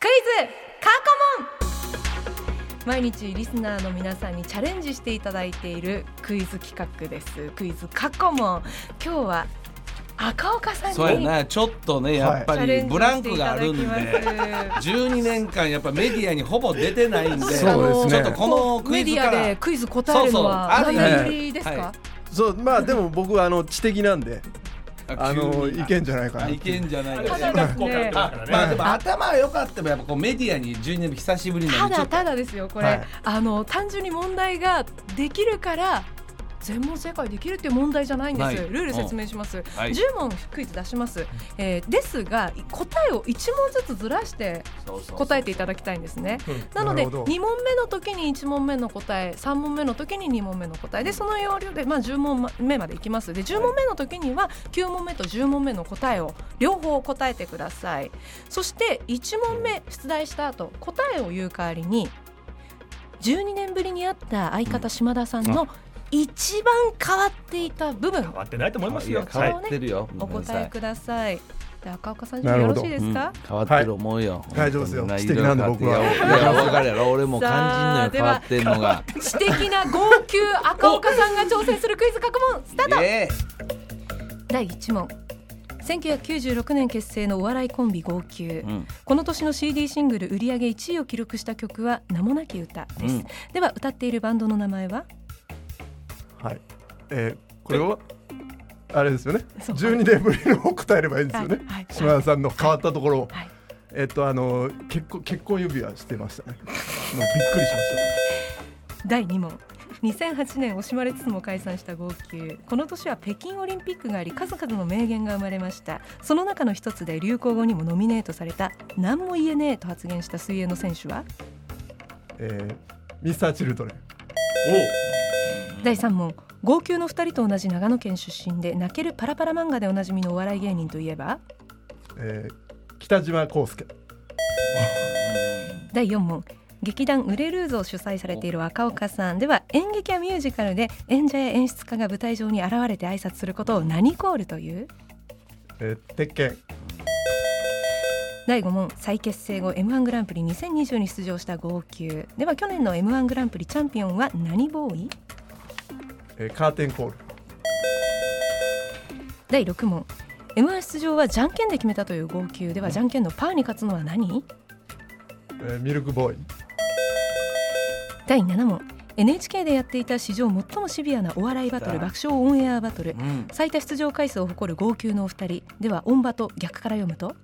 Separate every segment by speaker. Speaker 1: クイズ過去問毎日リスナーの皆さんにチャレンジしていただいているクイズ企画ですクイズ過去問今日は赤岡さんに
Speaker 2: そうやなちょっとねやっぱ
Speaker 1: チャレ
Speaker 2: り
Speaker 1: ンジ
Speaker 2: ブランクがあるんで、
Speaker 1: していただきます
Speaker 2: 12年間やっぱメディアにほぼ出てないんで
Speaker 3: そうですね
Speaker 2: ちょっとこのクイズか
Speaker 1: メディア
Speaker 2: ら
Speaker 1: でクイズ答えるのは
Speaker 2: そうそう
Speaker 3: ある
Speaker 1: 何年ぶ
Speaker 3: 意味
Speaker 1: りですか、
Speaker 2: は
Speaker 3: そうまあでも僕はあの知的なんであのいけんじゃないかな
Speaker 2: あいけんじゃないか
Speaker 1: た
Speaker 2: な
Speaker 1: だですね
Speaker 2: あまあでも頭は良かったもやっぱこうメディアに12年も久しぶりな
Speaker 1: た
Speaker 2: んでちょ
Speaker 1: だ
Speaker 2: っと
Speaker 1: ただですよこれ、
Speaker 3: はい
Speaker 1: あの単純に問題ができるから全問正解できるっていう問題じゃないんです、
Speaker 2: ない
Speaker 1: ルール説明します、
Speaker 2: はい
Speaker 1: 10問クイズ出します、えーですが答えを1問ずつずらして答えていただきたいんですねなので
Speaker 3: なるほど
Speaker 1: 2問目の時に1問目の答え3問目の時に2問目の答えでその要領で、まあ、10問目までいきますで10問目の時には9問目と10問目の答えを両方答えてくださいそして1問目出題した後答えを言う代わりに12年ぶりに会った相方島田さんの一番変わっていた部分
Speaker 4: 変わってないと思いますよ。
Speaker 2: 変わってるよ
Speaker 1: お答えくださいで赤岡さん準
Speaker 3: な
Speaker 1: 備
Speaker 3: る
Speaker 1: よ
Speaker 3: ほ
Speaker 1: ろ
Speaker 3: ど
Speaker 1: しいですか、
Speaker 2: 変わってる思うよ、
Speaker 3: 大丈夫ですよ
Speaker 2: 本当に
Speaker 3: 知的なんで僕はい
Speaker 2: やいや分かるやろ俺も感じんのよ変わ
Speaker 1: さあ
Speaker 2: ってんの が
Speaker 1: 知的な号泣赤岡さんが挑戦するクイズ過去問スタート
Speaker 2: ええ
Speaker 1: 第1問1996年結成のお笑いコンビ号泣、
Speaker 2: うん
Speaker 1: この年の CD シングル売り上げ1位を記録した曲は「名もなき歌」です、
Speaker 2: うん
Speaker 1: では歌っているバンドの名前は
Speaker 3: はいえーこれをあれですよね
Speaker 1: そう
Speaker 3: 12年ぶりの答えればいいんですよね
Speaker 1: はいはい
Speaker 3: 島田さんの変わったところを
Speaker 1: はい
Speaker 3: えっとあの結婚結婚指輪してましたねもうびっくりしまし
Speaker 1: 第2問2008年惜しまれつつも解散した号泣この年は北京オリンピックがあり数々の名言が生まれましたその中の一つで流行語にもノミネートされた「何も言えねえ」と発言した水泳の選手は
Speaker 3: たえーミスターチルドレン
Speaker 1: 第3問号泣の2人と同じ長野県出身で泣けるパラパラ漫画でおなじみのお笑い芸人といえば
Speaker 3: えー北島康介
Speaker 1: 第4問劇団ウレルーズを主催されている若岡さんでは演劇やミュージカルで演者や演出家が舞台上に現れて挨拶することを何コールという
Speaker 3: えー鉄拳
Speaker 1: 第5問再結成後 m 1グランプリ2020に出場した号泣では去年の m 1グランプリチャンピオンは何ボーイ
Speaker 3: えーカーテンコール
Speaker 1: 第6問 m 1出場はじゃんけんで決めたという号泣ではじゃんけんのパーに勝つのは何
Speaker 3: えーミルクボーイ
Speaker 1: 第7問 NHK でやっていた史上最もシビアなお笑いバトル爆笑オンエアバトル
Speaker 2: うん
Speaker 1: 最多出場回数を誇る号泣のお二人では音場と逆から読むと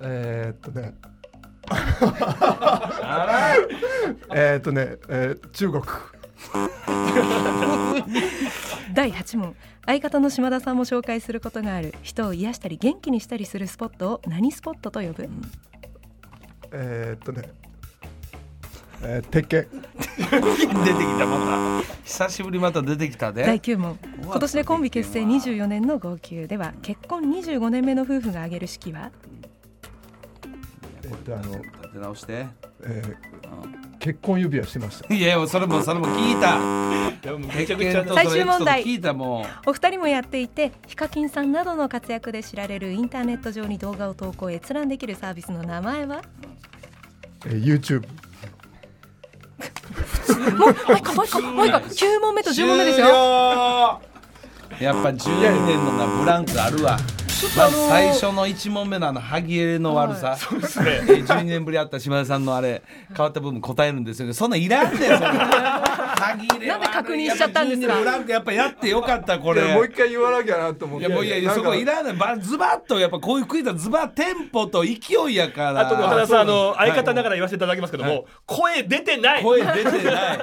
Speaker 3: えーっとね
Speaker 2: あら
Speaker 3: えーっとねえー中国
Speaker 1: 第8問相方の島田さんも紹介することがある人を癒したり元気にしたりするスポットを何スポットと呼ぶ
Speaker 3: えーっとねえー鉄拳
Speaker 2: 出てきたまた 久しぶりまた出てきた
Speaker 1: 第
Speaker 2: で
Speaker 1: 9問
Speaker 2: うわ
Speaker 1: 今年でコンビ結成24年の号泣では結婚25年目の夫婦が挙げる式は
Speaker 3: えーっとあの
Speaker 2: 立て直して
Speaker 3: えー結婚指輪してました
Speaker 2: いやいやそれもそれも聞いた
Speaker 4: いやもうめちゃくち
Speaker 2: 鉄拳
Speaker 4: ゃ
Speaker 2: と
Speaker 1: 最終問題
Speaker 2: そのエピソード聞いたもう
Speaker 1: お二人もやっていてヒカキンさんなどの活躍で知られるインターネット上に動画を投稿閲覧できるサービスの名前 は
Speaker 3: えー YouTube
Speaker 1: もうもう一個もう一個もう一個9問目と10問目ですよ
Speaker 2: よやっぱ12年のなブランクあるわまず最初の1問目のあの歯切れの悪さ、そうですね12年ぶりあった島田さんのあれ変わった部分答えるんですよねそんなんいらんねんそれ歯切れ悪い
Speaker 1: なんで確認しちゃったんですか
Speaker 2: やっぱ12年ブランクやっぱやってよかったこれ
Speaker 3: 回言わなきゃなと思
Speaker 2: いやもういやいやそこいらないばズバッとやっぱこういうクイズはズバッテンポと勢いやから
Speaker 4: あと、原さん、あの、相方ながら言わせていただきますけども、声出てない
Speaker 2: 声出てない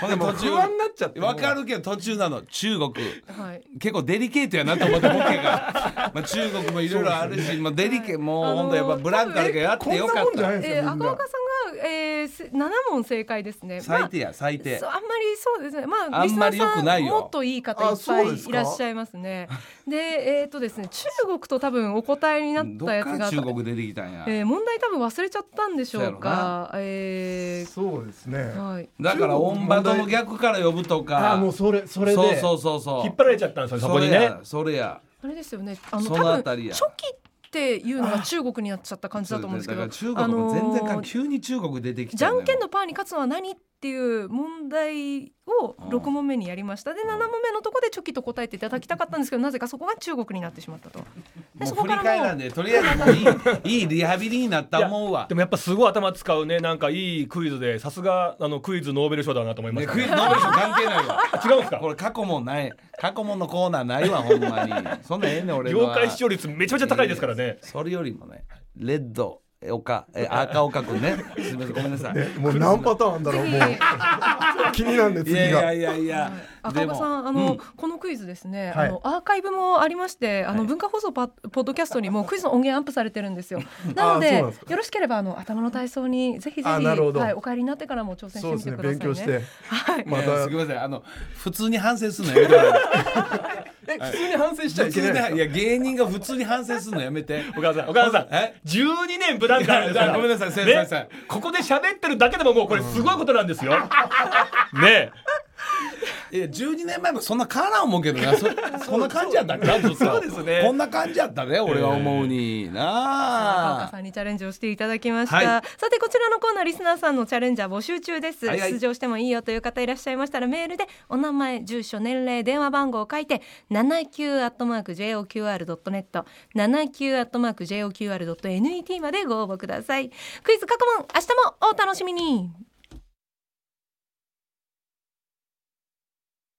Speaker 2: ほんで途中
Speaker 3: 不安になっちゃってもう
Speaker 2: わかるけど途中なの中国
Speaker 1: はい
Speaker 2: 結構デリケートやなと思ってボケがまあ中国もいろいろあるし、まあ、デリケもう本当やっぱブランカーだけどやってよかっ
Speaker 3: こんなもんじゃ
Speaker 2: た、
Speaker 3: ないです
Speaker 1: え
Speaker 3: よ
Speaker 1: ー、
Speaker 3: みんな
Speaker 1: 赤岡さんが、えー、す7問正解ですね。
Speaker 2: 最低や最低
Speaker 1: まあ、そうあんまりそうですね。まあ
Speaker 2: あんまり良くな
Speaker 1: リス
Speaker 2: いよ
Speaker 1: ナーさんもっといい方いっ
Speaker 3: あ
Speaker 1: ぱ
Speaker 3: そうで
Speaker 1: い
Speaker 3: す
Speaker 1: い
Speaker 3: から
Speaker 1: っしゃいますね。で、えっ、とですね、中国と多分お答えになっ
Speaker 2: ど
Speaker 1: た
Speaker 2: っ
Speaker 1: やつ
Speaker 2: から
Speaker 1: が、
Speaker 2: 中国出てきたんや、
Speaker 1: えー問題多分忘れちゃったんでしょうか。え
Speaker 3: そうですね
Speaker 1: ー、はい。
Speaker 2: だからオンバトの逆から呼ぶとか
Speaker 3: あもうそれそれで
Speaker 2: そうそうそうそう
Speaker 4: 引っ張られちゃったんですよ、そこに
Speaker 2: れ
Speaker 4: ね
Speaker 2: や。それや
Speaker 1: あれですよね。あの
Speaker 2: そ
Speaker 1: 多
Speaker 2: の
Speaker 1: 分
Speaker 2: あたり
Speaker 1: 初
Speaker 2: や
Speaker 1: 期っていうのが中国になっちゃった感じだと思うんですけど、
Speaker 2: だから中国も全然
Speaker 1: あ
Speaker 2: か
Speaker 1: のー
Speaker 2: 急に中国出てき
Speaker 1: じ
Speaker 2: た
Speaker 1: ゃ
Speaker 2: よ
Speaker 1: んけんのパーに勝つのは何っていう問題を
Speaker 2: うん
Speaker 1: 6問目にやりましたで7問目のところでチョキと答えていただきたかったんですけどなぜかそこが中国になってしまったとで
Speaker 2: も
Speaker 1: そうこ
Speaker 2: 振
Speaker 1: か
Speaker 2: り
Speaker 1: ら
Speaker 2: 返らん
Speaker 1: もう
Speaker 2: でとりあえずもういいいいリハビリになった思うわ
Speaker 4: でもやっぱすごい頭使うねなんかいいクイズでさすがあのクイズノーベル賞だなと思いま
Speaker 2: ね
Speaker 4: した、
Speaker 2: クイ
Speaker 4: ね
Speaker 2: ズ、ノーベル賞関係ないわ
Speaker 4: 違うんですか
Speaker 2: これ過去問ない過去問のコーナーないわほんまにそんなんええねん俺の
Speaker 4: 業
Speaker 2: は
Speaker 4: 界視聴率めちゃめちゃ高いですからね、
Speaker 2: それよりもねレッドえ岡え赤岡君ねすみませんごめんなさい
Speaker 3: ねもう何パターンだろうもう
Speaker 1: ぜ
Speaker 3: 気になるね
Speaker 2: い
Speaker 3: 次
Speaker 2: やいや
Speaker 3: が
Speaker 2: いやいや
Speaker 1: 赤羽さんあの、このクイズですね、
Speaker 3: はい
Speaker 1: あのアーカイブもありましてあの、
Speaker 2: はい
Speaker 1: 文化放送パポッドキャストにもクイズの音源アップされてるんですよなの
Speaker 3: あーそ
Speaker 1: で
Speaker 3: うなんですか
Speaker 1: よろしければあの頭の体操にぜひぜひ、
Speaker 3: あーなるほど
Speaker 1: はい、お帰りになってからも挑戦して
Speaker 3: そう
Speaker 1: み
Speaker 3: で
Speaker 1: て
Speaker 3: すね
Speaker 1: くださいね
Speaker 3: 勉強して
Speaker 1: はい
Speaker 2: ま
Speaker 3: ま
Speaker 2: た
Speaker 3: た
Speaker 2: すみませんあの普通に反省するのやめてもらえる
Speaker 3: え普通に反省し
Speaker 2: 普通にいや芸人が普通に反省するのやめて
Speaker 4: お母さんお母さん
Speaker 2: え
Speaker 4: 12年ブランカーですか
Speaker 2: いや
Speaker 4: ら
Speaker 2: ごめんなさい先生先生
Speaker 4: ここで喋ってるだけでももうこれすごいことな んですよ、ね
Speaker 2: いや12年前もそんな変わらん思うけど なそそんな感じやったっけずっと
Speaker 4: そうですね
Speaker 2: こんな感じやったね俺は思うに、
Speaker 1: 赤
Speaker 2: な
Speaker 1: 岡
Speaker 2: あ
Speaker 1: さんにチャレンジをしていただきました、
Speaker 2: はい
Speaker 1: さてこちらのコーナーリスナーさんのチャレンジャー募集中です、
Speaker 2: はいはい
Speaker 1: 出場してもいいよという方いらっしゃいましたらメールでお名前住所年齢電話番号を書いて79アットマーク JOQR.net 79アットマーク JOQR.net までご応募くださいクイズ過去問明日もお楽しみに